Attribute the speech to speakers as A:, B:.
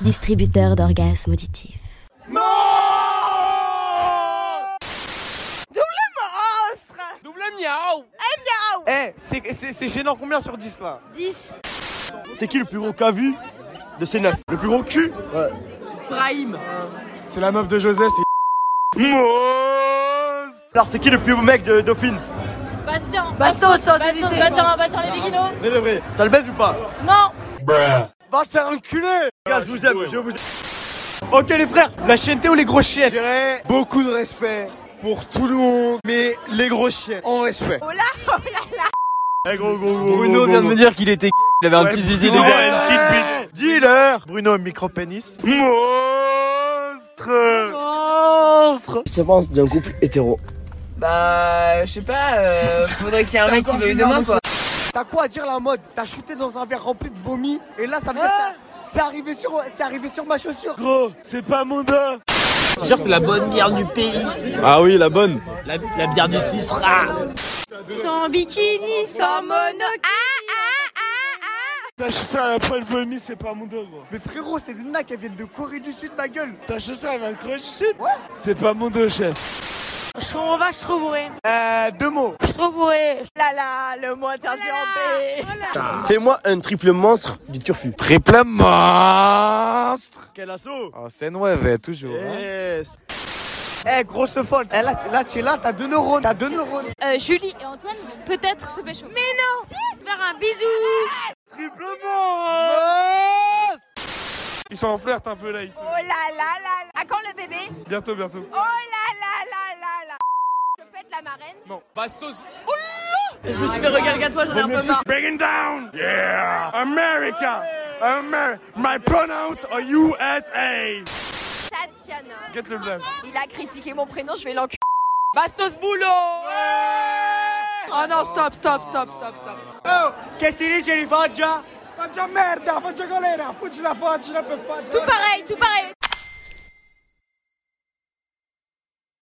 A: distributeur d'orgasmes auditifs.
B: Eh, c'est- c'est c'est gênant combien sur 10 là
C: 10.
D: C'est qui le plus gros qu'a vu de ces neuf Le plus gros cul
C: Brahim.
E: C'est la meuf de José, c'est
D: Alors c'est qui le plus beau mec de Dauphine
C: Bastien. Bastos, sans Bastien, Bastien, Bastien Lévigno.
D: Mais le vrai, ça le baise ou pas
C: Non.
B: Va te faire enculer
D: Les gars, je vous aime, je vous aime.
B: Ok les frères, la chienneté ou les gros chiens
E: Je dirais beaucoup de respect pour tout le monde, mais les gros chiens, on respecte.
D: Eh, gros, gros, gros,
F: Bruno
D: gros,
F: vient de
D: gros.
F: me dire qu'il était gay, il avait un
D: Ouais,
F: petit zizi de
D: Bruno,
F: gars.
D: une petite bite. Dealer Bruno, micro-pénis. Monstre
B: Monstre
C: Bah, je sais pas, euh, faudrait qu'il y ait un mec qui veuille de moi, quoi.
B: T'as quoi à dire la mode T'as shooté dans un verre rempli de vomi et là ça vient ça. C'est arrivé sur c'est arrivé sur ma chaussure.
D: Gros, c'est pas mon dos
G: sûr, c'est la bonne bière du pays.
F: Ah oui, la bonne.
G: La, la bière du Cisra.
C: Sans bikini, sans mono.
D: Tâche ça, la poêle vomi, c'est pas mon dos, gros.
B: Mais frérot, c'est des nains qui viennent de Corée du Sud ma gueule.
D: Tâche ça, elle un creux du sud C'est pas mon dos, chef.
C: Je suis en vache, je suis trop bourré.
B: Euh deux mots.
C: Je suis trop bourré. Là là, Oh le mot interdit en paix.
E: Ah. Fais-moi un triple monstre du turfu.
B: Triple monstre.
D: Quel assaut
E: Oh, c'est nouvelle, toujours. hein.
D: Yes
B: Eh grosse folle. Eh là, t- là tu es là, t'as deux neurones, t'as deux neurones.
C: Ah,
H: Euh, Julie et Antoine vont peut-être se pécho.
C: Faire un bisou.
D: Triple monstre Ils sont en flirt un peu là, ici.
C: Oh là là là là. À quand le bébé
D: Bientôt, bientôt.
C: Oh là là là là là. Je pète la marraine.
G: Bastos.
C: Je me suis fait regarder à toi, j'en ai un peu marre.
D: Bring it down Yeah America Amer My pronouns are USA
C: Tatiana.
D: Get le blast
C: Il a critiqué mon prénom, je vais l'enculer.
G: Bastos Boulot
C: Oh non, stop, stop, stop, stop, stop.
B: Qu'est-ce qu'il est, Jennifer Hadja
E: Faccia merda, faccia colera, fuggi da faccia, per faccia.
C: Tout pareil, tout pareil.